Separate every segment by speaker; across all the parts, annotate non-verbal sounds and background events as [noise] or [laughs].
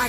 Speaker 1: A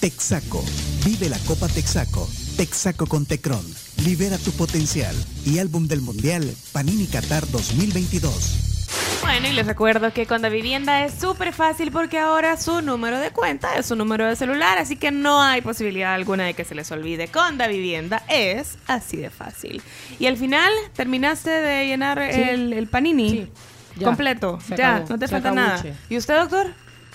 Speaker 2: Texaco, Vive la Copa Texaco, Texaco con Tecron, Libera tu Potencial y Álbum del Mundial Panini Qatar 2022.
Speaker 3: Bueno, y les recuerdo que con Da Vivienda es súper fácil porque ahora su número de cuenta es su número de celular, así que no hay posibilidad alguna de que se les olvide. Con Da Vivienda es así de fácil. Y al final, ¿terminaste de llenar el, el panini?
Speaker 4: Sí, ya.
Speaker 3: Completo,
Speaker 4: Se
Speaker 3: ya,
Speaker 4: acabó,
Speaker 3: no te
Speaker 4: se
Speaker 3: falta
Speaker 4: acabuche.
Speaker 3: nada. ¿Y usted, doctor?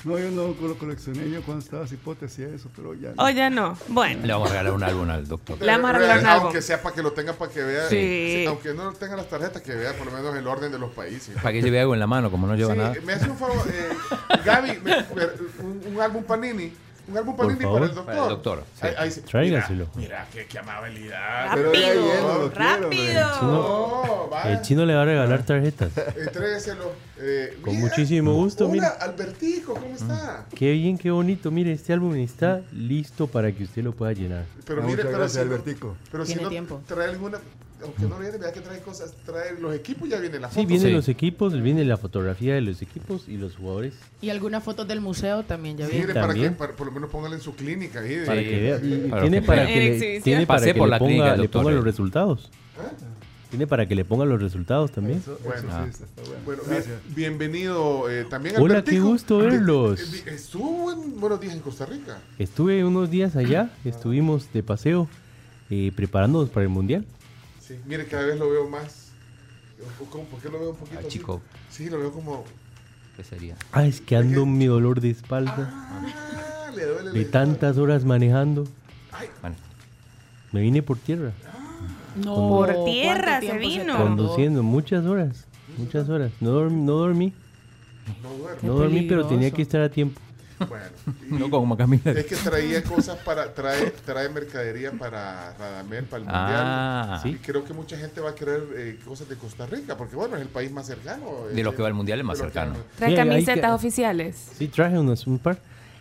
Speaker 5: No, yo no lo coleccioné yo cuando estaba hipótesis y eso, pero ya. no.
Speaker 3: O ya no. Bueno,
Speaker 6: Le vamos a regalar un álbum al doctor.
Speaker 3: Le vamos a regalar un
Speaker 7: Aunque
Speaker 3: álbum.
Speaker 7: sea para que lo tenga, para que vea.
Speaker 3: Sí.
Speaker 7: sí, Aunque no tenga las tarjetas, que vea por lo menos el orden de los países.
Speaker 6: Para que lleve algo en la mano, como no lleva
Speaker 7: Sí,
Speaker 8: Ah.
Speaker 6: nada.
Speaker 7: me hace un favor, eh, Gaby, me- me- un, un álbum Panini. Un álbum Panini
Speaker 6: favor.
Speaker 7: para el doctor.
Speaker 6: Para el doctor, sí.
Speaker 7: Ahí- ahí sí.
Speaker 8: Tráigaselo.
Speaker 7: Mira, qué, qué amabilidad.
Speaker 5: Pero ya
Speaker 3: rápido,
Speaker 5: lleno, lo quiero,
Speaker 3: rápido.
Speaker 7: No, va.
Speaker 8: El chino le va a regalar tarjetas.
Speaker 7: Entrégueselo. Eh,
Speaker 8: Con
Speaker 7: mira,
Speaker 8: muchísimo gusto, Mm.
Speaker 7: Hola,
Speaker 8: mire.
Speaker 7: Albertico, ¿cómo está?
Speaker 8: Qué bien, qué bonito. Mire, este álbum está listo para que usted lo pueda llenar.
Speaker 7: Pero
Speaker 5: No,
Speaker 7: mire,
Speaker 5: Ah, muchas
Speaker 7: pero
Speaker 5: gracias,
Speaker 7: si no-
Speaker 5: Albertico.
Speaker 7: pero si
Speaker 4: Tiene
Speaker 7: no
Speaker 4: tiempo.
Speaker 7: trae alguna, aunque no viene, vea que trae cosas, trae los equipos, ya viene la foto.
Speaker 8: Sí, vienen
Speaker 6: Sí.
Speaker 8: los equipos, viene la fotografía de los equipos y los jugadores
Speaker 4: Y algunas fotos del museo también, ya
Speaker 7: Sí,
Speaker 4: vi.
Speaker 7: mire, para que
Speaker 8: también.
Speaker 7: para- por lo menos póngala en su clínica ahí. de-
Speaker 8: para que vea. Y- y
Speaker 6: Para
Speaker 8: tiene
Speaker 6: que
Speaker 8: para
Speaker 3: vea.
Speaker 8: que
Speaker 3: En
Speaker 8: le,
Speaker 3: exhibición.
Speaker 8: tiene para
Speaker 6: Pasé
Speaker 8: que
Speaker 6: por
Speaker 8: le
Speaker 6: la
Speaker 8: ponga,
Speaker 6: clínica,
Speaker 8: le
Speaker 6: doctor,
Speaker 8: ponga
Speaker 6: eh.
Speaker 8: los resultados. Tiene para que le ponga los resultados también.
Speaker 5: Eso, eso
Speaker 7: Bueno.
Speaker 6: Ah.
Speaker 5: sí, está bueno.
Speaker 7: Bueno, bien-
Speaker 5: Gracias.
Speaker 7: bienvenido eh, también
Speaker 8: Hola,
Speaker 7: Albertico.
Speaker 8: qué gusto verlos.
Speaker 7: Eh, eh, Estuvo en buenos días en Costa Rica.
Speaker 8: Estuve unos días allá, estuvimos de paseo eh, preparándonos para el mundial.
Speaker 7: Sí, mire, cada vez lo veo más. ¿Cómo? ¿Por qué lo veo un poquito?
Speaker 6: Ah,
Speaker 7: así?
Speaker 6: chico.
Speaker 7: Sí, lo veo como.
Speaker 6: ¿Qué sería?
Speaker 8: Ah, es que ando mi dolor de espalda
Speaker 7: Ah, le duele.
Speaker 8: de
Speaker 7: la-
Speaker 8: tantas horas manejando.
Speaker 6: Bueno,
Speaker 8: Me vine por tierra,
Speaker 4: No,
Speaker 3: Por
Speaker 4: Oh, ¿cuánto
Speaker 3: tierra se
Speaker 4: tiempo
Speaker 3: vino.
Speaker 4: tardó?
Speaker 8: conduciendo muchas horas, muchas horas. No dormí, no dormí,
Speaker 7: No duerme.
Speaker 8: no dormí, pero tenía
Speaker 4: peligroso.
Speaker 8: que estar a tiempo.
Speaker 6: [laughs]
Speaker 7: Bueno. y-
Speaker 6: no como Camila.
Speaker 7: Es que traía cosas para. Trae, trae mercadería para Radamel, para el
Speaker 6: Ah,
Speaker 7: mundial. Y creo que mucha gente va a querer eh, cosas de Costa Rica, porque bueno, es el país más cercano. eh,
Speaker 6: de los que va al mundial es más
Speaker 7: de los que
Speaker 6: cercano.
Speaker 7: va-
Speaker 3: Trae
Speaker 8: Sí, hay
Speaker 3: camisetas
Speaker 8: que-
Speaker 3: oficiales.
Speaker 8: Sí, traje unas, un par.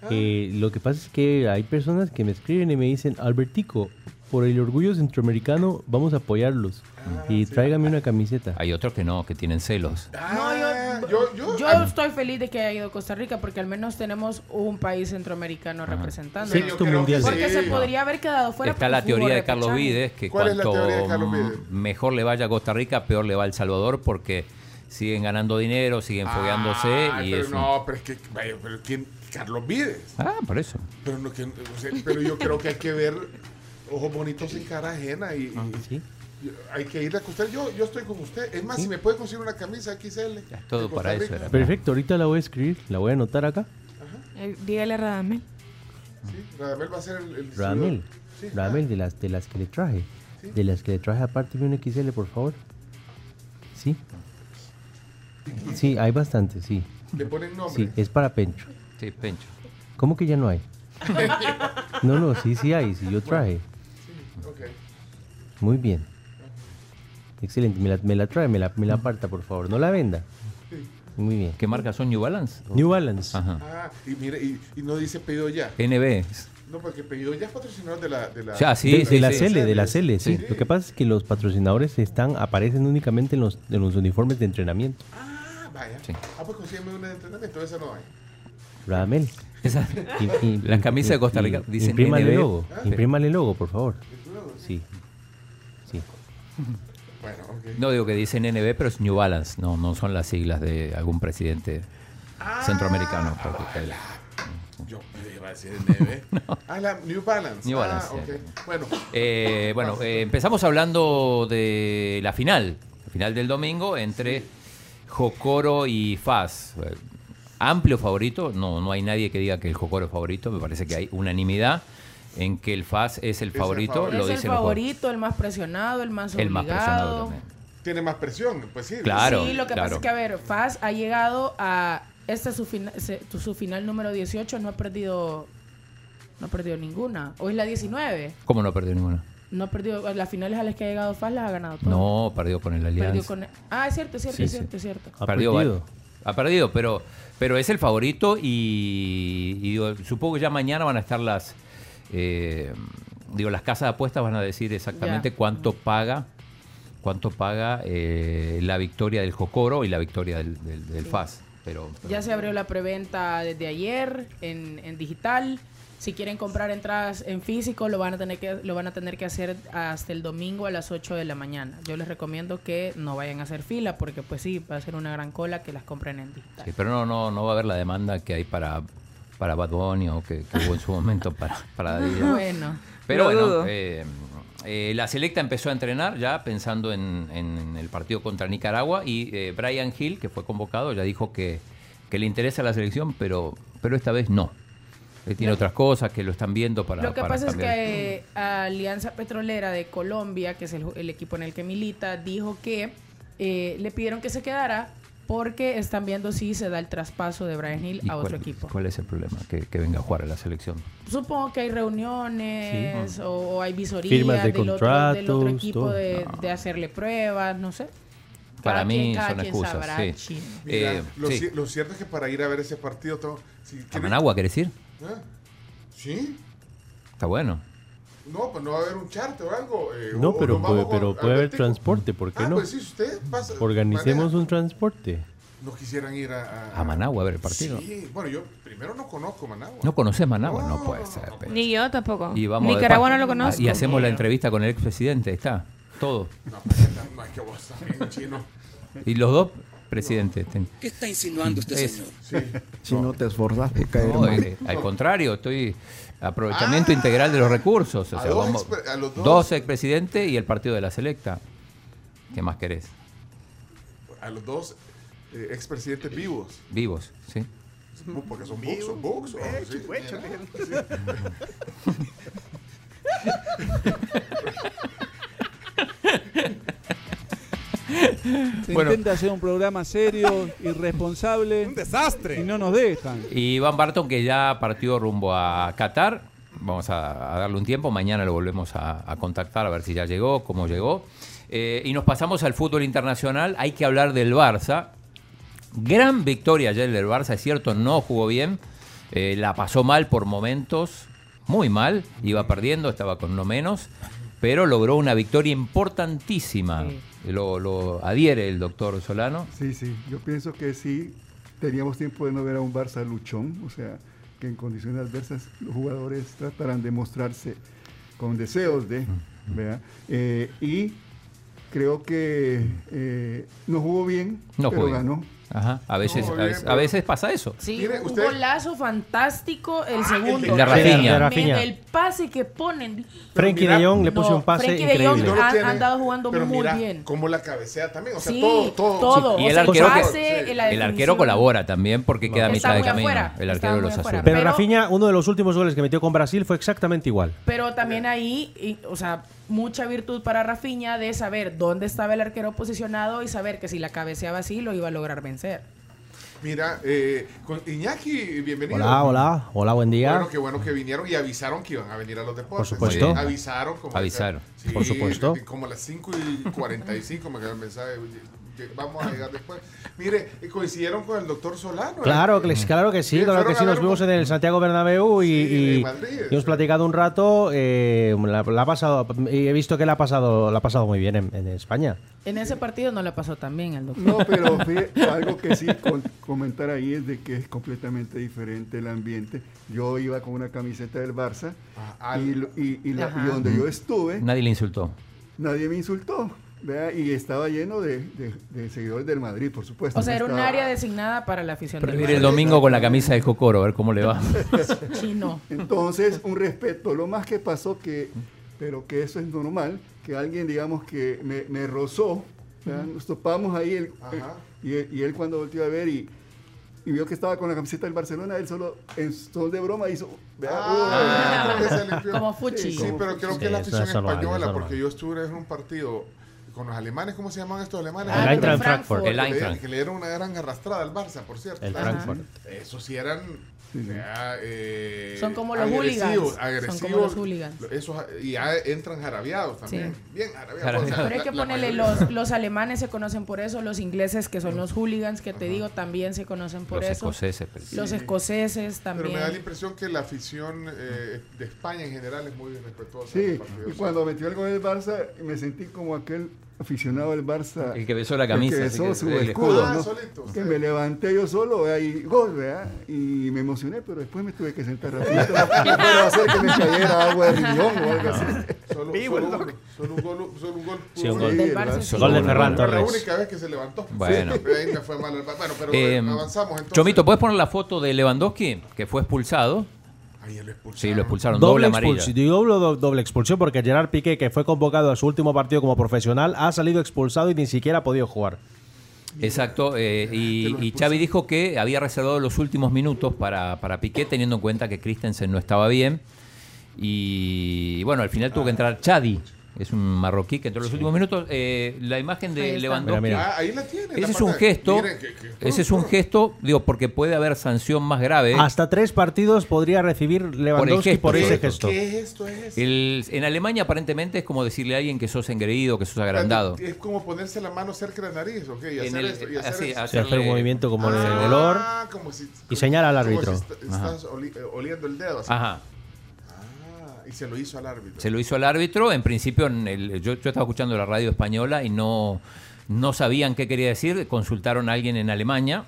Speaker 8: Eh, lo que pasa es que hay personas que me escriben y me dicen, Albertico, por el orgullo centroamericano vamos a apoyarlos y tráigame una camiseta.
Speaker 6: Hay otros que no, que tienen celos.
Speaker 7: Ah, yo, yo,
Speaker 4: Yo estoy feliz de que haya ido a Costa Rica porque al menos tenemos un país centroamericano representando.
Speaker 7: Sí,
Speaker 8: Sexto
Speaker 7: yo creo
Speaker 8: mundial.
Speaker 7: que
Speaker 4: Porque
Speaker 7: sí.
Speaker 4: se podría haber quedado fuera.
Speaker 6: Está
Speaker 4: por
Speaker 6: la
Speaker 4: un fútbol
Speaker 6: teoría de Carlos
Speaker 4: repechaje.
Speaker 6: Vides, que
Speaker 7: ¿Cuál es la
Speaker 6: cuanto
Speaker 7: teoría de Carlos Vides?
Speaker 6: mm, mejor le vaya a Costa Rica, peor le va a El Salvador porque siguen ganando dinero, siguen fogueándose
Speaker 7: Ay,
Speaker 6: Ah, y
Speaker 7: Ah, pero
Speaker 6: es... un-
Speaker 7: no, pero es que. vaya, pero ¿quién? Carlos Vides.
Speaker 6: Ah, por eso.
Speaker 7: Pero, no que- o sea, pero yo creo que hay que ver ojos bonitos en cara ajena y,
Speaker 6: Ah,
Speaker 7: y-
Speaker 8: Sí.
Speaker 7: y hay que ir a acostar. Yo, yo estoy con usted. Es más, si me puede conseguir una camisa XL.
Speaker 6: Ya,
Speaker 7: de
Speaker 6: todo
Speaker 7: Costa
Speaker 6: para eso
Speaker 7: Rica.
Speaker 6: era.
Speaker 8: Perfecto, ahorita la voy a escribir, la voy a anotar acá.
Speaker 3: Eh, Dígale a Radamel.
Speaker 7: Sí, Radamel va a ser el. el
Speaker 8: Ramel,
Speaker 7: Sí.
Speaker 8: Ramel, de las, de las que le traje. De las que le traje aparte, un XL, por favor. Sí. Sí, hay bastante, sí.
Speaker 7: Le ponen nombre.
Speaker 8: Sí, es para Pencho.
Speaker 6: Sí, Pencho.
Speaker 8: ¿Cómo que ya
Speaker 7: [laughs]
Speaker 8: no hay? No, no, sí, sí hay, sí, yo traje.
Speaker 7: Ok.
Speaker 8: Muy bien. Excelente, me la, me la trae, me la, me la aparta, por favor. No la venda. Muy bien.
Speaker 6: ¿Qué marcas son New Balance?
Speaker 8: New Balance.
Speaker 6: Ajá.
Speaker 7: Ah, y mire, y, y no dice pedido ya.
Speaker 6: NB.
Speaker 7: No, porque pedido ya es patrocinador de la. De la
Speaker 6: Ya, sí,
Speaker 8: de, de
Speaker 6: sí,
Speaker 8: la
Speaker 6: sí.
Speaker 8: Cele, de la Cele, sí.
Speaker 7: Sí.
Speaker 8: Lo que pasa es que los patrocinadores están, aparecen únicamente en los, en los uniformes de entrenamiento.
Speaker 7: Ah, vaya.
Speaker 6: Sí.
Speaker 7: Ah, pues consígueme una de entrenamiento. Esa no hay.
Speaker 8: Ramel.
Speaker 6: Esa- Las camisas de Costa Rica dicen
Speaker 8: Imprímale
Speaker 6: NB.
Speaker 8: logo, imprímale logo, por favor. Sí. Sí.
Speaker 7: Bueno, ok.
Speaker 6: [laughs] No digo que dicen NB, pero es New Balance. No, no son las siglas de algún presidente Ah. centroamericano. porque-
Speaker 7: Yo le iba a decir
Speaker 6: [laughs]
Speaker 7: NB. Ah, la New Balance.
Speaker 6: New
Speaker 7: Ah,
Speaker 6: Balance,
Speaker 7: ok.
Speaker 6: sí.
Speaker 7: Bueno,
Speaker 6: Eh, bueno, eh, empezamos hablando de la final, la final del domingo entre Jocoro y Faz. Eh, Amplio favorito, no, no hay nadie que diga que el Jocoro es favorito, me parece que hay unanimidad en que el Faz es el
Speaker 7: el
Speaker 6: favorito,
Speaker 7: favorito.
Speaker 6: lo
Speaker 4: Es el
Speaker 6: dicen los jugadores.
Speaker 4: favorito, el más presionado, el más obligado.
Speaker 6: El más presionado también.
Speaker 7: tiene más presión. Pues sí.
Speaker 6: Claro.
Speaker 4: sí, lo que pasa
Speaker 6: claro.
Speaker 4: es que, a ver, Faz ha este llegado a. Esta es su, fina- se- tu- su final número 18, no ha perdido No perdió ninguna. Hoy es la 19.
Speaker 6: ¿Cómo no perdió ninguna?
Speaker 4: No perdió. Las finales a las que ha llegado FAS las ha ganado todas.
Speaker 6: No, perdió con el Alianza.
Speaker 4: Perdió con- Ah, es cierto, es cierto,
Speaker 6: Sí,
Speaker 4: es
Speaker 6: sí.
Speaker 4: cierto, es cierto.
Speaker 8: Ha
Speaker 6: perdido,
Speaker 8: perdido.
Speaker 6: vale. Ha perdido, pero, pero es el favorito y, y digo, supongo que ya mañana van a estar las eh, digo las casas de apuestas van a decir exactamente
Speaker 4: Ya.
Speaker 6: cuánto paga cuánto paga eh, la victoria del Jocoro y la victoria del, del, del FAS. Pero, pero-
Speaker 4: Ya se abrió la preventa desde ayer en, en digital. Si quieren comprar entradas en físico, lo van a tener que lo van a tener que hacer hasta el domingo a las 8 de la mañana. Yo les recomiendo que no vayan a hacer fila porque pues sí, va a ser una gran cola que las compren en digital.
Speaker 6: sí, pero no, no, no va a haber la demanda que hay para, para Bad Bunny o que, que hubo en su momento para,
Speaker 4: [laughs]
Speaker 6: para Daddy Yankee.
Speaker 4: Bueno,
Speaker 6: Pero
Speaker 3: Lo
Speaker 6: bueno,
Speaker 3: dudo.
Speaker 6: eh, eh, la selecta empezó a entrenar ya pensando en, en el partido contra Nicaragua y eh, Brian Hill, que fue convocado, ya dijo que, que le interesa la selección, pero, pero esta vez no. Que tiene otras cosas que lo están viendo para...
Speaker 4: lo que
Speaker 6: para
Speaker 4: pasa es
Speaker 6: cambiar.
Speaker 4: que eh, Alianza Petrolera de Colombia, que es el, el equipo en el que milita, dijo que eh, le pidieron que se quedara porque están viendo si se da el traspaso de Brian Hill
Speaker 6: ¿Y
Speaker 4: a
Speaker 6: cuál-
Speaker 4: otro equipo.
Speaker 6: ¿Cuál es el problema? Que, que venga a jugar a la selección.
Speaker 4: Supongo que hay reuniones o, o hay visorías
Speaker 8: Firmas de
Speaker 4: del, otro, del otro
Speaker 8: contratos,
Speaker 4: equipo
Speaker 8: todo.
Speaker 4: de, de hacerle pruebas, no sé.
Speaker 6: Para
Speaker 4: Cada
Speaker 6: mí
Speaker 4: quien- cada
Speaker 6: son
Speaker 4: quien
Speaker 6: excusas,
Speaker 4: sabrá,
Speaker 6: sí.
Speaker 4: chino.
Speaker 7: Mira,
Speaker 6: Eh,
Speaker 7: lo,
Speaker 6: sí.
Speaker 7: ci- lo cierto es que para ir a ver ese partido, tengo- si
Speaker 6: ¿A
Speaker 7: quieren-
Speaker 6: Managua querés ir?
Speaker 7: ¿Ah? ¿Sí?
Speaker 6: Está bueno.
Speaker 7: No, pues no va a haber un charter o algo. eh, o-
Speaker 8: No,
Speaker 7: o
Speaker 8: pero
Speaker 7: nos
Speaker 8: puede,
Speaker 7: vamos
Speaker 8: pero
Speaker 7: con
Speaker 8: puede haber
Speaker 7: Albertico.
Speaker 8: transporte, ¿por qué
Speaker 7: ah,
Speaker 8: no?
Speaker 7: Pues sí, si ustedes pasan-
Speaker 8: Organicemos
Speaker 7: manejan,
Speaker 8: un transporte.
Speaker 7: Nos quisieran ir a,
Speaker 6: A Managua a ver el partido.
Speaker 7: Sí, bueno, yo primero no conozco Managua.
Speaker 6: ¿No conoces Managua? No,
Speaker 7: No,
Speaker 6: puede
Speaker 7: no,
Speaker 6: ser.
Speaker 7: no.
Speaker 6: pe.
Speaker 3: Ni yo tampoco.
Speaker 6: Pues, Y vamos de
Speaker 3: Nicaragua no
Speaker 6: paso.
Speaker 3: lo conozco.
Speaker 6: Y hacemos la entrevista con el expresidente, está. Todo.
Speaker 7: No, pues, no, no, es que vos también, chino.
Speaker 6: Y los dos presidentes. ten-
Speaker 9: ¿Qué está insinuando este
Speaker 6: Es-
Speaker 9: señor?
Speaker 7: Sí.
Speaker 10: Si no te esforzas de caer
Speaker 6: No,
Speaker 10: mal.
Speaker 6: eh, al contrario, estoy aprovechamiento integral de los recursos. O
Speaker 7: Ah. a
Speaker 6: sea,
Speaker 7: dos
Speaker 6: vamos-
Speaker 7: expre- a los dos.
Speaker 6: dos expresidentes y el partido de la selecta. ¿Qué más querés?
Speaker 7: A los dos eh, expresidentes vivos.
Speaker 6: Vivos, ¿sí?
Speaker 7: Porque son bugs, son bugs. o-
Speaker 4: Eh,
Speaker 7: sí.
Speaker 11: Se
Speaker 6: Bueno.
Speaker 11: intenta hacer un programa
Speaker 5: [laughs]
Speaker 11: serio, irresponsable. ¡Un desastre! Y no nos dejan.
Speaker 6: Y Iván Barton, que ya partió rumbo a Qatar. Vamos a, a darle un tiempo. Mañana lo volvemos a, a contactar a ver si ya llegó, cómo llegó. Eh, y nos pasamos al fútbol internacional. Hay que hablar del Barça. Gran victoria ayer del Barça, es cierto, no jugó bien. Eh, la pasó mal por momentos, muy mal. Iba perdiendo, estaba con uno menos. Pero logró una victoria importantísima. Lo, lo adhiere el doctor Solano.
Speaker 5: Sí, sí, yo pienso que sí teníamos tiempo de no ver a un Barça luchón, o sea, que en condiciones adversas los jugadores tratarán de mostrarse con deseos de, ¿verdad? Eh, y creo que eh, no jugó bien,
Speaker 6: No
Speaker 5: pero
Speaker 6: jugó bien.
Speaker 5: ganó.
Speaker 6: Ajá. A veces,
Speaker 7: No,
Speaker 6: a
Speaker 7: bien,
Speaker 6: veces, a
Speaker 7: pero-
Speaker 6: veces pasa eso.
Speaker 4: Sí,
Speaker 7: Mire,
Speaker 4: un
Speaker 7: usted-
Speaker 4: golazo fantástico el segundo.
Speaker 7: de
Speaker 6: Rafinha.
Speaker 8: De
Speaker 4: Men,
Speaker 8: Rafinha.
Speaker 4: El pase que ponen.
Speaker 8: Frenkie
Speaker 7: mira-
Speaker 8: de Jong le
Speaker 4: No,
Speaker 8: puso un pase
Speaker 4: Frenkie de Jong-
Speaker 8: increíble.
Speaker 4: ah,
Speaker 7: lo
Speaker 4: Han-
Speaker 7: tiene.
Speaker 4: han estado jugando
Speaker 7: Pero
Speaker 4: muy
Speaker 7: mira
Speaker 4: bien.
Speaker 7: Como la cabecea también. O sea,
Speaker 4: sí,
Speaker 7: todo, todo.
Speaker 4: todo.
Speaker 6: Sí, y
Speaker 4: O
Speaker 6: el
Speaker 4: sea,
Speaker 6: arquero que-
Speaker 4: pase,
Speaker 7: sí.
Speaker 4: la
Speaker 6: el
Speaker 4: definición.
Speaker 6: arquero colabora también porque queda a
Speaker 4: Está
Speaker 6: mitad de
Speaker 4: muy
Speaker 6: camino.
Speaker 4: afuera,
Speaker 6: El
Speaker 4: está
Speaker 6: arquero de
Speaker 4: muy
Speaker 6: los
Speaker 4: afuera.
Speaker 6: azules.
Speaker 8: Pero,
Speaker 4: Pero-
Speaker 8: Rafinha, uno de los últimos goles que metió con Brasil fue exactamente igual.
Speaker 4: Pero también ahí, y- o sea, mucha virtud para Rafiña de saber dónde estaba el arquero posicionado y saber que si la cabeceaba así lo iba a lograr vencer.
Speaker 7: Mira, eh, con Iñaki, bienvenido.
Speaker 8: Hola, hola, hola, buen día.
Speaker 7: Bueno, qué bueno que vinieron y avisaron que iban a venir a los deportes.
Speaker 8: Por supuesto.
Speaker 7: Sí, Avisaron. Como
Speaker 6: Avisaron,
Speaker 7: Sí,
Speaker 6: por supuesto.
Speaker 7: Como a las 5 y 45 me quedó el mensaje. oye, que Vamos a llegar después. Mire, eh, coincidieron con el doctor Solano. ¿eh?
Speaker 8: Claro, que,
Speaker 7: que
Speaker 5: Mm.
Speaker 8: claro que sí,
Speaker 7: Sí,
Speaker 8: claro
Speaker 7: fueron
Speaker 8: que sí.
Speaker 7: a
Speaker 8: Nos
Speaker 7: ver
Speaker 8: vimos
Speaker 7: un-
Speaker 8: en el Santiago Bernabéu y,
Speaker 7: Sí,
Speaker 8: y-
Speaker 7: en Madrid.
Speaker 8: y hemos platicado un rato. eh, la, la ha pasado, y he visto que la ha pasado, la ha pasado muy bien en, en España.
Speaker 4: En ese partido no la pasó tan bien al doctor.
Speaker 5: No,
Speaker 7: [laughs]
Speaker 5: pero fí- algo que sí con- comentar ahí es de que es completamente diferente el ambiente. Yo iba con una camiseta del Barça
Speaker 7: Ah,
Speaker 5: y, lo- y- y la- y
Speaker 4: Ajá.
Speaker 5: donde
Speaker 8: Mm.
Speaker 5: yo
Speaker 7: ¿Eh?
Speaker 5: estuve,
Speaker 6: Nadie le insultó.
Speaker 5: nadie me insultó. ¿verdad? Y estaba lleno de, de- de seguidores del Madrid, por supuesto.
Speaker 4: O sea,
Speaker 5: no
Speaker 4: era un
Speaker 5: estaba-
Speaker 4: área designada para la afición
Speaker 6: Pero
Speaker 4: del
Speaker 6: viene el
Speaker 4: Madrid.
Speaker 6: domingo con la camisa de Cocoro, a ver cómo le va.
Speaker 4: chino.
Speaker 5: Entonces, un respeto. Lo más que pasó que, pero que eso es normal, que alguien, digamos, que me, me rozó, ¿verdad? nos topamos ahí, el-
Speaker 7: Ajá.
Speaker 5: y, él- y él cuando volteó a ver y, y vio que estaba con la camiseta del Barcelona, él solo, en son de broma, hizo... ¿verdad?
Speaker 7: Ah,
Speaker 4: Ah.
Speaker 7: creo que se limpió.
Speaker 4: Como fuchi.
Speaker 7: Sí, sí, pero creo
Speaker 8: Sí,
Speaker 7: que la
Speaker 8: eso
Speaker 7: afición
Speaker 8: es normal,
Speaker 7: española,
Speaker 8: eso es
Speaker 7: porque
Speaker 8: normal.
Speaker 7: yo estuve en un partido con los alemanes, ¿cómo se llaman estos alemanes?
Speaker 6: Ah, el Eintracht
Speaker 7: Frankfurt.
Speaker 6: Frankfurt.
Speaker 7: Que
Speaker 6: El
Speaker 7: le-
Speaker 6: Eintracht.
Speaker 7: Que le dieron una gran arrastrada al Barça, por cierto.
Speaker 6: El
Speaker 7: Ah,
Speaker 6: Frankfurt.
Speaker 7: Esos sí eran... o sea, eh,
Speaker 4: Son como los
Speaker 7: agresivos,
Speaker 4: hooligans.
Speaker 7: Agresivos.
Speaker 4: Son como los hooligans.
Speaker 7: Esos, y ya entran jarabeados también.
Speaker 4: Sí.
Speaker 7: Bien jarabeados.
Speaker 6: Jarabeados.
Speaker 7: O sea,
Speaker 4: Pero es
Speaker 7: la-
Speaker 4: que
Speaker 7: la
Speaker 4: ponele,
Speaker 7: mayoría-
Speaker 4: los, los alemanes se conocen por eso, los ingleses que son los hooligans, que te digo, también se conocen por
Speaker 6: Los
Speaker 4: eso.
Speaker 6: escoceses, pero-
Speaker 4: Los
Speaker 7: Sí.
Speaker 4: escoceses
Speaker 7: Pero
Speaker 4: también.
Speaker 7: me da la impresión que la afición eh, de España en general es muy respetuosa. de
Speaker 5: Sí,
Speaker 7: los partidos.
Speaker 5: y cuando metió el gol del Barça, me sentí como aquel aficionado del Barça.
Speaker 6: El que besó la camisa,
Speaker 5: El que
Speaker 6: así
Speaker 5: besó
Speaker 6: que
Speaker 5: su
Speaker 6: el
Speaker 5: escudo.
Speaker 7: escudo.
Speaker 5: ¿no?
Speaker 7: Ah, solito,
Speaker 5: que
Speaker 7: sí.
Speaker 5: me levanté yo solo vea, y gol, ¿verdad? Y me emocioné, pero después me tuve que sentar
Speaker 7: [laughs]
Speaker 5: rapidito. No puedo hacer que me cayera agua de riñón o algo así.
Speaker 7: Ah, Solo, solo uno, solo un gol. Solo un gol.
Speaker 8: Sí, un
Speaker 7: pudo-
Speaker 8: gol.
Speaker 4: Del Barça, sí.
Speaker 8: Gol de Ferran
Speaker 7: Fue la
Speaker 8: Torres.
Speaker 7: única vez que se levantó.
Speaker 6: Bueno.
Speaker 7: Sí, pero ahí me fue mal el- Bueno, pero
Speaker 6: Eh,
Speaker 7: avanzamos entonces.
Speaker 6: Chomito, ¿puedes poner la foto de Lewandowski? Que fue expulsado.
Speaker 7: Ahí lo expulsaron.
Speaker 6: Sí, lo expulsaron. Doble, amarilla.
Speaker 9: expulsión, doble, do- doble expulsión porque Gerard Piqué, que fue convocado a su último partido como profesional, ha salido expulsado y ni siquiera ha podido jugar.
Speaker 6: Exacto. eh, y, y Xavi dijo que había reservado los últimos minutos para, para Piqué, teniendo en cuenta que Christensen no estaba bien. Y bueno, al final tuvo que entrar Chadi. Es un marroquí que entró en los últimos minutos. Eh, la imagen
Speaker 4: Ahí
Speaker 6: de
Speaker 4: está.
Speaker 6: Lewandowski.
Speaker 9: Mira, mira.
Speaker 7: Ah, ahí la tiene. la
Speaker 6: Ese es un
Speaker 7: pantalla.
Speaker 6: gesto.
Speaker 7: Miren que- que-
Speaker 6: Ese es un gesto, digo, porque puede haber sanción más grave.
Speaker 7: Ah,
Speaker 9: Hasta tres partidos podría recibir Lewandowski
Speaker 6: gesto,
Speaker 9: por, ese
Speaker 6: correcto.
Speaker 9: gesto.
Speaker 7: ¿Qué gesto es ese?
Speaker 6: El- en Alemania aparentemente es como decirle a alguien que sos engreído, que sos agrandado.
Speaker 7: Es como ponerse la mano cerca de la nariz, ¿ok? Y
Speaker 6: En
Speaker 7: hacer
Speaker 6: el-
Speaker 7: esto, y hacer
Speaker 6: así,
Speaker 7: esto.
Speaker 6: así.
Speaker 9: Se hace
Speaker 6: Hacerle-
Speaker 9: un movimiento como de
Speaker 7: Ah,
Speaker 9: dolor.
Speaker 7: como si- como-
Speaker 9: señala al
Speaker 7: como
Speaker 9: árbitro.
Speaker 7: si est- estás oli- eh, oliendo el dedo. así.
Speaker 6: Ajá.
Speaker 7: Ah, y se lo hizo al árbitro.
Speaker 6: Se lo hizo al árbitro. En principio, en el- yo, yo estaba escuchando la radio española y no, no sabían qué quería decir. Consultaron a alguien en Alemania.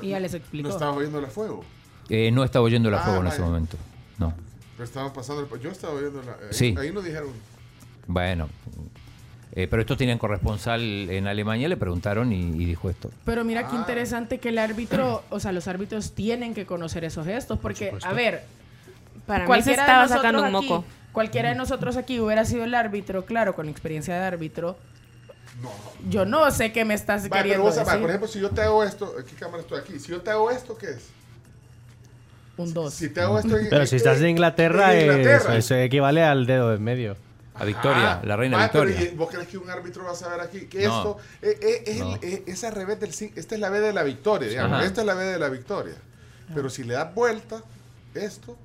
Speaker 4: Y ya les
Speaker 7: No
Speaker 4: explicó.
Speaker 7: estaba oyendo el fuego.
Speaker 6: Eh, no estaba oyendo la
Speaker 7: Ah,
Speaker 6: fuego en ese
Speaker 7: vaya.
Speaker 6: momento. No.
Speaker 7: Pero estaban pasando el- Yo estaba oyendo la. eh, ahí-
Speaker 6: Sí.
Speaker 7: Ahí no dijeron.
Speaker 6: Bueno. Eh, pero estos tenían corresponsal en Alemania, le preguntaron y, y dijo esto.
Speaker 7: Ah,
Speaker 4: Pero mira Ah, qué interesante que el árbitro, o sea, los árbitros tienen que conocer esos gestos, porque, a ver,
Speaker 3: Para mí se
Speaker 4: cualquiera de
Speaker 3: estaba
Speaker 4: nosotros
Speaker 3: sacando un
Speaker 4: aquí-
Speaker 3: moco.
Speaker 4: Cualquiera de nosotros aquí hubiera sido el árbitro, claro, con experiencia de árbitro.
Speaker 7: No.
Speaker 4: Yo no sé qué me estás
Speaker 7: Va, pero
Speaker 4: queriendo
Speaker 7: vos, va,
Speaker 4: decir.
Speaker 7: por ejemplo, si yo te hago esto. eh, ¿Qué cámara estoy aquí? Si yo te hago esto, ¿qué es?
Speaker 4: un dos.
Speaker 7: Si te hago esto. en-
Speaker 9: Pero si estás en Inglaterra,
Speaker 7: en Inglaterra.
Speaker 9: es- eso equivale al dedo en medio.
Speaker 6: A Victoria,
Speaker 7: Ah,
Speaker 6: la reina
Speaker 7: va, pero
Speaker 6: Victoria.
Speaker 7: ¿y ¿Vos crees que un árbitro va a saber aquí que
Speaker 6: No.
Speaker 7: esto eh, eh, es,
Speaker 6: No.
Speaker 7: el- eh, es al revés del cin- Esta es la B de la victoria, digamos.
Speaker 6: Ajá.
Speaker 7: Esta es la B de la victoria. Pero si le das vuelta, esto.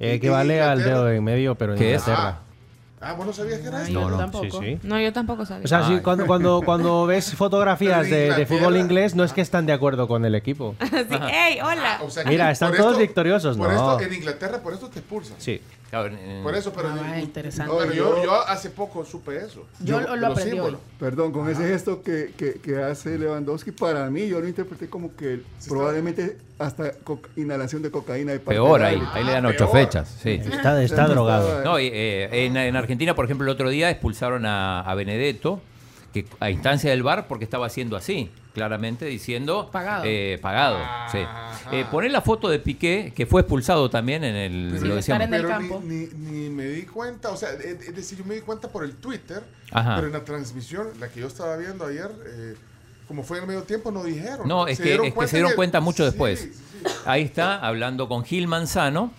Speaker 7: y- y
Speaker 9: Equivale Eh, al
Speaker 7: Inglaterra-
Speaker 9: dedo en medio, pero en
Speaker 6: ¿Qué es?
Speaker 9: Inglaterra.
Speaker 7: Ah, vos no sabías que era
Speaker 4: Ay,
Speaker 7: eso.
Speaker 4: yo
Speaker 9: no, sí,
Speaker 4: tampoco.
Speaker 9: sí.
Speaker 3: No, yo tampoco sabía.
Speaker 9: O
Speaker 3: [laughs]
Speaker 9: sea, sí,
Speaker 6: Ay.
Speaker 9: cuando, cuando,
Speaker 7: [laughs]
Speaker 9: cuando ves fotografías
Speaker 7: Pero en
Speaker 9: de, de fútbol
Speaker 7: Inglaterra-
Speaker 9: inglés, no es que están de acuerdo con el equipo.
Speaker 3: Así, ¡Ey, hola!
Speaker 7: Ah, o sea
Speaker 9: Mira,
Speaker 7: que
Speaker 9: están
Speaker 7: por
Speaker 9: todos victoriosos,
Speaker 7: por
Speaker 9: no.
Speaker 7: Esto, en Inglaterra, por esto te expulsan.
Speaker 9: Sí.
Speaker 6: Claro, eh,
Speaker 7: Por eso, pero.
Speaker 4: Ah,
Speaker 7: yo-
Speaker 4: interesante.
Speaker 7: pero yo, yo hace poco supe eso.
Speaker 4: Yo lo- lo
Speaker 7: los
Speaker 4: aprendí hoy.
Speaker 7: símbolos.
Speaker 5: Perdón, con ese gesto que, que, que hace Lewandowski, para mí yo lo interpreté como que
Speaker 7: está-
Speaker 5: probablemente hasta co- inhalación de cocaína. De parte
Speaker 6: peor
Speaker 5: de
Speaker 6: ahí.
Speaker 5: alguien.
Speaker 6: Ahí le dan
Speaker 7: Ah,
Speaker 6: ocho
Speaker 7: peor.
Speaker 6: fechas. Sí.
Speaker 9: Está, está
Speaker 5: Entonces,
Speaker 9: drogado.
Speaker 5: estaba-
Speaker 6: No, y, eh, en, en Argentina, por ejemplo, el otro día expulsaron a, a Benedetto que, a instancia del VAR porque estaba haciendo así, claramente diciendo...
Speaker 4: Pagado.
Speaker 6: eh, pagado, sí. Eh, poné la foto de Piqué, que fue expulsado también en el...
Speaker 7: Pero
Speaker 6: lo
Speaker 7: ni-
Speaker 4: estar
Speaker 6: decíamos.
Speaker 4: en el
Speaker 7: pero
Speaker 4: campo.
Speaker 7: Ni, ni- ni me di cuenta, o sea, es es decir, yo me di cuenta por el Twitter,
Speaker 6: Ajá.
Speaker 7: pero en la transmisión, la que yo estaba viendo ayer, eh, como fue en el medio tiempo, no dijeron.
Speaker 6: No, es, que, es que se
Speaker 7: en
Speaker 6: dieron
Speaker 7: el-
Speaker 6: cuenta mucho
Speaker 7: Sí,
Speaker 6: después.
Speaker 7: sí.
Speaker 6: Ahí está, hablando con Gil Manzano.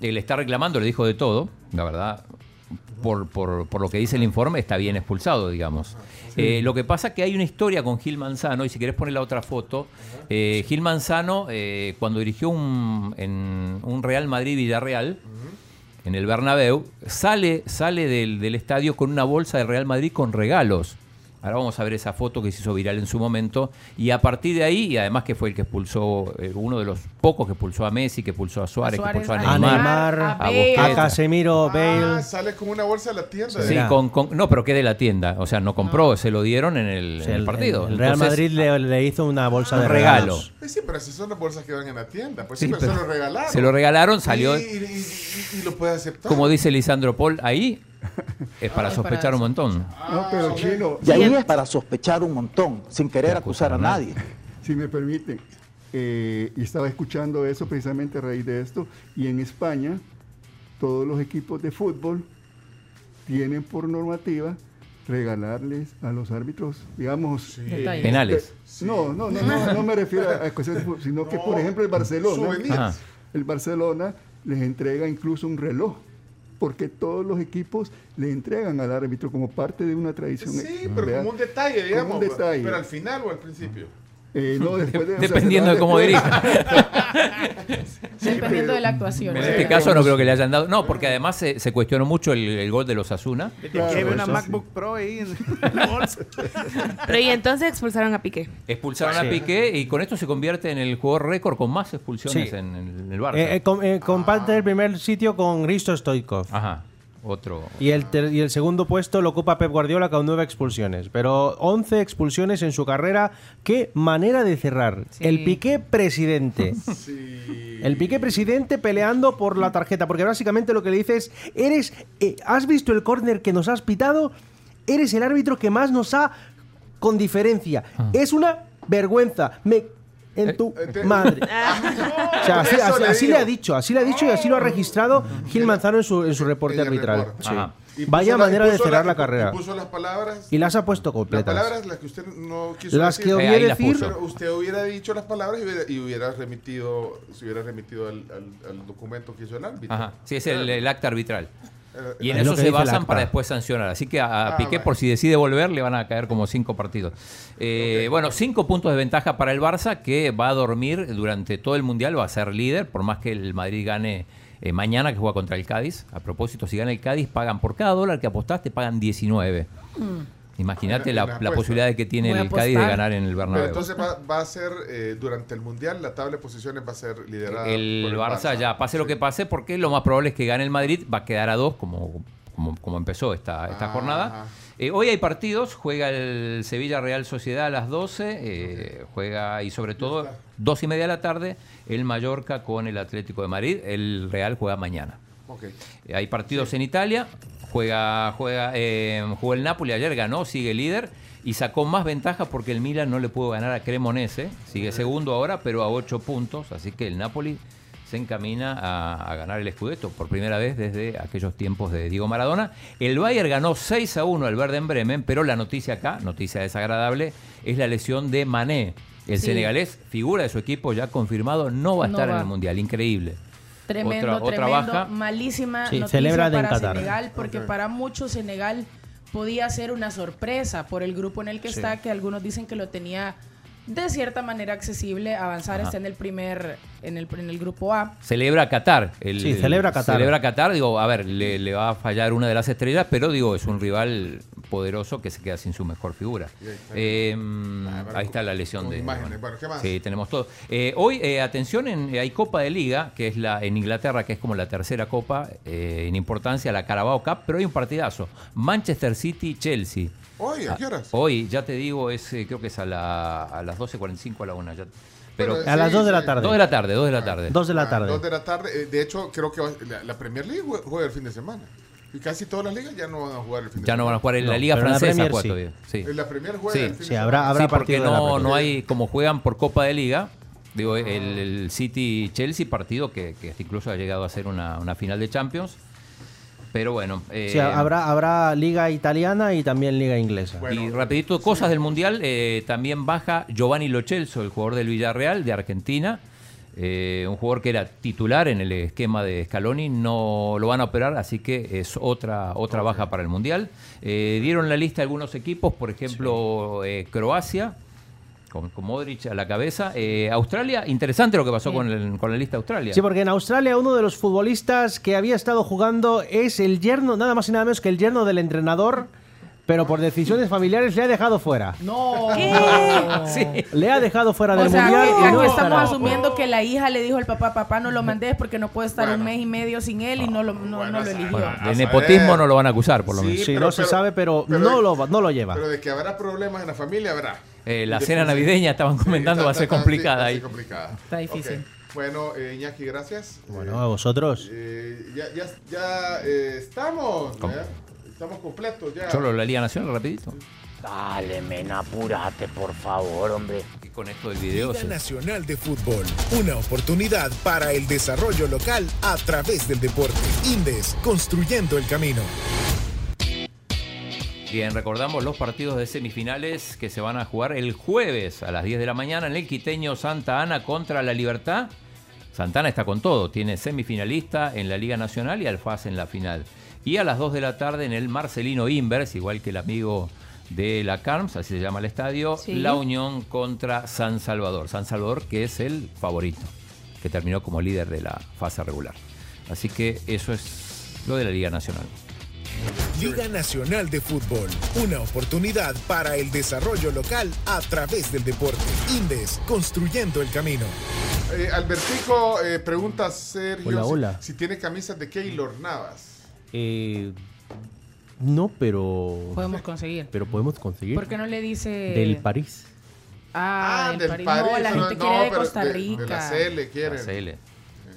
Speaker 6: Él está reclamando, le dijo de todo, la verdad. Por, por- por lo que dice el informe, está bien expulsado, digamos. Eh, lo que pasa es que hay una historia con Gil Manzano, y si querés poner la otra foto, eh, Gil Manzano, eh, cuando dirigió un, en un Real Madrid-Villarreal, en el Bernabéu, sale, sale del, del estadio con una bolsa del Real Madrid con regalos. Ahora vamos a ver esa foto que se hizo viral en su momento. Y a partir de ahí, y además que fue el que expulsó, eh, uno de los pocos que expulsó a Messi, que expulsó a Suárez, que
Speaker 4: Suárez,
Speaker 6: expulsó a
Speaker 9: A
Speaker 6: Neymar.
Speaker 9: Neymar,
Speaker 4: a
Speaker 9: a,
Speaker 4: Bale.
Speaker 6: Busquets.
Speaker 9: Casemiro,
Speaker 7: Ah,
Speaker 9: Bale.
Speaker 7: sale con una bolsa de la tienda.
Speaker 6: Sí,
Speaker 9: Mira.
Speaker 6: con- con- no, pero que de la tienda. O sea, no compró, se lo dieron en el,
Speaker 9: O
Speaker 6: en
Speaker 9: sea,
Speaker 6: el partido.
Speaker 9: El, Real
Speaker 6: Entonces,
Speaker 9: Madrid le, le hizo una bolsa
Speaker 6: un
Speaker 9: de
Speaker 6: regalo.
Speaker 9: regalos.
Speaker 7: Eh, Sí, pero esas son las bolsas que van en la tienda. Pues
Speaker 6: Sí,
Speaker 7: sí, pero, se
Speaker 6: pero
Speaker 7: lo regalaron.
Speaker 6: Se lo regalaron, salió,
Speaker 7: Y, y- y- y lo puede aceptar.
Speaker 6: como dice Lisandro Paul, ahí es para
Speaker 4: es para
Speaker 6: sospechar un montón.
Speaker 7: Ah,
Speaker 5: No, pero chino,
Speaker 10: Y ahí es para sospechar un montón, sin querer acusar a nadie.
Speaker 5: si me permiten, eh, y estaba escuchando eso precisamente a raíz de esto, y en España todos los equipos de fútbol tienen por normativa regalarles a los árbitros, digamos,
Speaker 4: Detalle.
Speaker 6: Penales.
Speaker 5: No, no, no, no, no me refiero a a cuestiones, de fútbol, sino que, por ejemplo, el Barcelona,
Speaker 7: souvenirs.
Speaker 6: Ajá.
Speaker 5: el Barcelona les entrega incluso un reloj
Speaker 12: porque todos los equipos le entregan al árbitro como parte de una tradición.
Speaker 7: Sí, pero
Speaker 12: ¿verdad?
Speaker 7: como un detalle,
Speaker 12: Como
Speaker 7: digamos. pues,
Speaker 12: un detalle.
Speaker 7: Pero al final o al principio.
Speaker 12: Eh,
Speaker 7: [laughs]
Speaker 12: no, después de- o sea,
Speaker 6: Dependiendo de cómo [laughs]
Speaker 12: después-
Speaker 6: dirija.
Speaker 4: Dependiendo de la actuación.
Speaker 6: En este caso no creo que le hayan dado. No, porque además se, se cuestionó mucho el, el gol de los Asuna.
Speaker 13: Que ve una MacBook Pro ahí
Speaker 4: [laughs]
Speaker 13: en la bolsa.
Speaker 14: Pero y entonces expulsaron a Piqué.
Speaker 6: Expulsaron
Speaker 14: Sí.
Speaker 6: a Piqué y con esto se convierte en el jugador récord con más expulsiones
Speaker 8: Sí.
Speaker 6: en, en el Barça.
Speaker 8: Eh, eh, com- eh, comparte el primer sitio con Risto Stoikov.
Speaker 6: Ajá, otro.
Speaker 8: Y el, ter- y el segundo puesto lo ocupa Pep Guardiola con nueve expulsiones. Pero 11 expulsiones en su carrera. ¡Qué manera de cerrar! El Piqué presidente. El Piqué presidente peleando por la tarjeta. Porque básicamente lo que le dice es: eres, eh, ¿Has visto el córner que nos has pitado? Eres el árbitro que más nos ha con diferencia. Es una vergüenza. Me. En tu madre.
Speaker 4: Ah,
Speaker 14: Ah,
Speaker 8: O sea, así,
Speaker 7: Eso
Speaker 8: así-
Speaker 7: le
Speaker 8: así
Speaker 7: digo. Oh.
Speaker 8: le ha dicho, así le ha dicho y así lo ha registrado Gil Manzano en su, en su reporte arbitral. Sí.
Speaker 7: Ajá. Y puso
Speaker 8: Vaya
Speaker 7: la-
Speaker 8: manera
Speaker 7: y
Speaker 8: de
Speaker 7: puso
Speaker 8: cerrar
Speaker 7: la-
Speaker 8: la,
Speaker 7: y
Speaker 8: carrera.
Speaker 7: puso las palabras-
Speaker 8: Y las ha puesto
Speaker 7: Las
Speaker 8: completas.
Speaker 7: palabras las que usted no quiso
Speaker 8: Las que Eh,
Speaker 7: decir.
Speaker 8: ahí hubiera las decir- puso.
Speaker 7: Pero usted hubiera dicho las palabras y hubiera, y hubiera remitido, se hubiera remitido al, al- al documento que hizo el árbitro.
Speaker 6: Ajá, sí, es el, el acta arbitral.
Speaker 7: Eh,
Speaker 6: Y en
Speaker 7: es lo
Speaker 6: eso
Speaker 7: que
Speaker 6: se
Speaker 7: dice el
Speaker 6: basan
Speaker 7: acta.
Speaker 6: para después sancionar. Así que a, a
Speaker 7: Ah,
Speaker 6: Piqué,
Speaker 7: bueno.
Speaker 6: por si decide volver, le van a caer como cinco partidos. Eh, Bueno, cinco puntos de ventaja para el Barça, que va a dormir durante todo el Mundial, va a ser líder, por más que el Madrid gane eh, mañana, que juega contra el Cádiz. A propósito, si gana el Cádiz, pagan por cada dólar que apostaste, pagan 19. Imagínate
Speaker 7: En
Speaker 6: la,
Speaker 7: la
Speaker 6: la
Speaker 7: Mm. apuesta.
Speaker 6: posibilidad de que tiene
Speaker 7: Voy a
Speaker 6: el Cádiz de
Speaker 7: apostar.
Speaker 6: ganar en el
Speaker 7: Pero
Speaker 6: Bernabéu.
Speaker 7: entonces va, va a ser, eh, durante el Mundial, la tabla de posiciones va a ser liderada
Speaker 6: el
Speaker 7: por
Speaker 6: Barça, ya pase lo que pase, porque lo más probable es que gane el Madrid, va a quedar a dos como, como, como empezó esta, esta
Speaker 7: Ah,
Speaker 6: jornada. Eh, hoy hay partidos, juega el Sevilla Real Sociedad a las 12, eh, juega y sobre todo dos y media de la tarde el Mallorca con el Atlético de Madrid, el Real juega mañana.
Speaker 7: Ok.
Speaker 6: Eh, Hay partidos en Italia, juega, juega, eh, jugó el Napoli ayer, ganó, sigue líder y sacó más ventaja porque el Milan no le pudo ganar a Cremonese, sigue segundo ahora, pero a ocho puntos, así que el Napoli se encamina a, a ganar el Scudetto por primera vez desde aquellos tiempos de Diego Maradona. El Bayern ganó 6 a 1 al Verden Bremen, pero la noticia acá, noticia desagradable, es la lesión de Mané. El
Speaker 4: Sí.
Speaker 6: senegalés, figura de su equipo ya confirmado, no va a
Speaker 4: No
Speaker 6: estar
Speaker 4: va.
Speaker 6: en el Mundial. Increíble.
Speaker 4: Tremendo,
Speaker 6: Otra- otra
Speaker 4: tremendo.
Speaker 6: baja.
Speaker 4: Malísima
Speaker 6: Sí,
Speaker 4: noticia
Speaker 6: celebra de
Speaker 4: para
Speaker 6: Qatar.
Speaker 4: Senegal, porque para muchos Senegal podía ser una sorpresa por el grupo en el que
Speaker 15: Sí.
Speaker 4: está, que algunos dicen que lo tenía de cierta manera accesible. Avanzar
Speaker 6: Ajá.
Speaker 4: está en el primer, en el, en el grupo A.
Speaker 6: Celebra Qatar. El,
Speaker 8: Sí, celebra Qatar.
Speaker 6: Celebra Qatar, digo, a ver, le, le va a fallar una de las estrellas, pero digo, es un rival poderoso que se queda sin su mejor figura.
Speaker 7: Y ahí está. Ah,
Speaker 6: Eh, ahí está la lesión
Speaker 7: con
Speaker 6: de...
Speaker 7: imágenes. Bueno, ¿qué más?
Speaker 6: Sí, tenemos todo. Eh, hoy, eh, atención, en, eh, hay Copa de Liga, que es la en Inglaterra, que es como la tercera copa eh, en importancia, la Carabao Cup, pero hay un partidazo. Manchester City-Chelsea.
Speaker 7: Hoy, ¿a qué horas?
Speaker 6: Hoy, ya te digo, es eh, creo que es a, la, a las 12.45 a la 1. ya- pero,
Speaker 8: Pero, A las sí, dos de la sí. tarde.
Speaker 6: 2 de la tarde, 2 de la tarde.
Speaker 8: Dos de la
Speaker 7: Ah,
Speaker 8: tarde.
Speaker 7: Dos de la tarde. Eh, De hecho, creo que va- la, la Premier League jue- juega el fin de semana. Y casi todas las ligas ya no van a jugar el fin de semana.
Speaker 6: Ya no van a jugar en la Liga
Speaker 8: pero en la
Speaker 6: Francesa.
Speaker 8: Premier
Speaker 6: cuatro,
Speaker 8: sí.
Speaker 6: bien, sí.
Speaker 7: En la Premier juega el fin de
Speaker 8: habrá- habrá
Speaker 6: Sí, porque
Speaker 8: partido de la
Speaker 6: no,
Speaker 8: Premier.
Speaker 6: no hay, como juegan por Copa de Liga, digo, el, el City-Chelsea partido que, que hasta incluso ha llegado a ser una, una final de Champions. Pero bueno.
Speaker 8: O
Speaker 6: eh,
Speaker 8: sea, habrá, habrá liga italiana y también liga inglesa.
Speaker 6: y rapidito, cosas del Mundial. eh, también baja Giovanni Lochelso, el jugador del Villarreal de Argentina. eh, un jugador que era titular en el esquema de Scaloni, no lo van a operar, así que es otra, otra baja para el Mundial. Eh, dieron la lista algunos equipos, por ejemplo, eh, Croacia, con, con Modric a la cabeza. Eh, Australia, interesante lo que pasó con, el- con la lista de Australia. [laughs]
Speaker 8: Sí, porque en Australia uno de los futbolistas que había estado jugando es el yerno, nada más y nada menos que el yerno del entrenador, pero por decisiones familiares le ha dejado fuera.
Speaker 4: No.
Speaker 6: Ah,
Speaker 8: Le ha dejado fuera
Speaker 4: O
Speaker 8: del
Speaker 4: sea,
Speaker 8: mundial.
Speaker 4: que
Speaker 8: y
Speaker 4: aquí
Speaker 8: no
Speaker 4: estamos
Speaker 8: estará.
Speaker 4: asumiendo que la hija le dijo al papá, papá, no lo mandes porque no puedo estar un mes y medio sin él y no lo, no, no lo eligió.
Speaker 6: Bueno, de nepotismo no lo van a acusar, por lo
Speaker 8: Sí,
Speaker 6: menos.
Speaker 8: no se sabe, pero, no, lo, no lo lleva.
Speaker 7: Pero de que habrá problemas en la familia, habrá.
Speaker 6: Eh, la
Speaker 7: Sí,
Speaker 6: cena
Speaker 7: sí.
Speaker 6: navideña, estaban comentando, va a ser
Speaker 7: está- está- sí,
Speaker 6: complicada
Speaker 7: va a
Speaker 6: ahí.
Speaker 7: ser complicada.
Speaker 4: Está difícil.
Speaker 7: Ok. Bueno, eh, Iñaki, gracias.
Speaker 8: Bueno, a vosotros.
Speaker 7: Eh, ya ya, ya eh, estamos. ¿verdad? Estamos completos ya.
Speaker 6: Solo la Liga Nacional, rapidito.
Speaker 2: Dale, men, apúrate, por favor, hombre.
Speaker 6: Y con esto del video
Speaker 13: Liga
Speaker 6: se-
Speaker 13: Nacional de Fútbol, una oportunidad para el desarrollo local a través del deporte. Indes, construyendo el camino.
Speaker 6: Bien, recordamos los partidos de semifinales que se van a jugar el jueves a las 10 de la mañana en el Quiteño Santa Ana contra La Libertad. Santana está con todo, tiene semifinalista en la Liga Nacional y Alfaz en la final. Y a las 2 de la tarde en el Marcelino Invers, igual que el amigo de la Carms, así se llama el estadio,
Speaker 16: Sí.
Speaker 6: La Unión contra San Salvador. San Salvador que es el favorito, que terminó como líder de la fase regular. Así que eso es lo de la Liga Nacional.
Speaker 13: Liga Nacional de Fútbol, una oportunidad para el desarrollo local a través del deporte. Indes, construyendo el camino.
Speaker 7: Eh, Albertico eh, pregunta a Sergio
Speaker 8: Hola,
Speaker 7: si-
Speaker 8: hola.
Speaker 7: Si, tiene camisas de Keylor Navas.
Speaker 8: Eh, no, pero.
Speaker 4: Podemos conseguir.
Speaker 8: Pero podemos conseguir.
Speaker 4: ¿Por qué no le dice.
Speaker 8: Del París.
Speaker 4: Ah, del, París. No, la gente quiere de Costa Rica.
Speaker 7: quieren.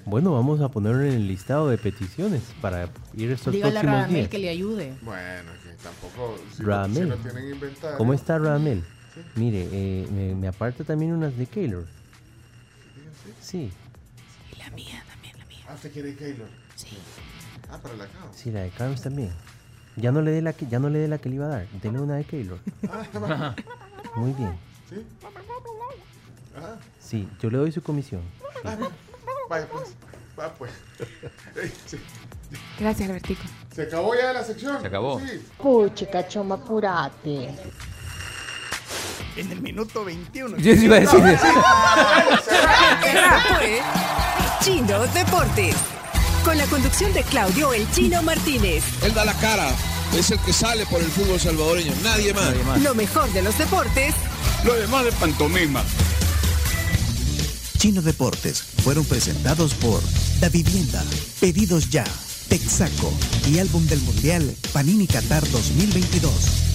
Speaker 8: Bueno, vamos a ponerlo en el listado de peticiones para ir estos
Speaker 4: Dígale a
Speaker 8: próximos
Speaker 4: Radamel
Speaker 8: días.
Speaker 4: que le ayude.
Speaker 7: Bueno, que tampoco. Si no- si
Speaker 8: Ramel.
Speaker 7: no tienen inventario.
Speaker 8: ¿Cómo este? está Ramel? Mire, eh, me, me aparta también unas de Keylor. Sí,
Speaker 7: La mía también, la mía. Ah, ¿usted quiere Keylor? Sí. Ah, para la cama.
Speaker 8: sí, la de Carms también. Ya no le dé la que, ya no le dé la que le iba a dar. Dele una de Keylor.
Speaker 7: Ah, [laughs]
Speaker 8: Muy bien.
Speaker 7: ¿Sí? Ah,
Speaker 8: Sí, yo le doy su comisión.
Speaker 7: ah, vaya pues. Va pues. [laughs] Eh, sí.
Speaker 3: Gracias, Albertico.
Speaker 7: Se acabó ya la sección.
Speaker 6: Se acabó.
Speaker 7: Sí.
Speaker 17: Puchica, choma, apurate.
Speaker 18: En el minuto 21.
Speaker 6: Yo iba a decir eso.
Speaker 1: Esto fue Chino Deportes. Con la conducción de Claudio El Chino Martínez.
Speaker 19: Él da la cara, es el que sale por el fútbol salvadoreño, nadie más.
Speaker 1: Lo mejor de los deportes
Speaker 19: Lo demás de pantomima.
Speaker 2: Chino Deportes fueron presentados por La Vivienda, Pedidos Ya, Texaco y Álbum del Mundial Panini Qatar 2022.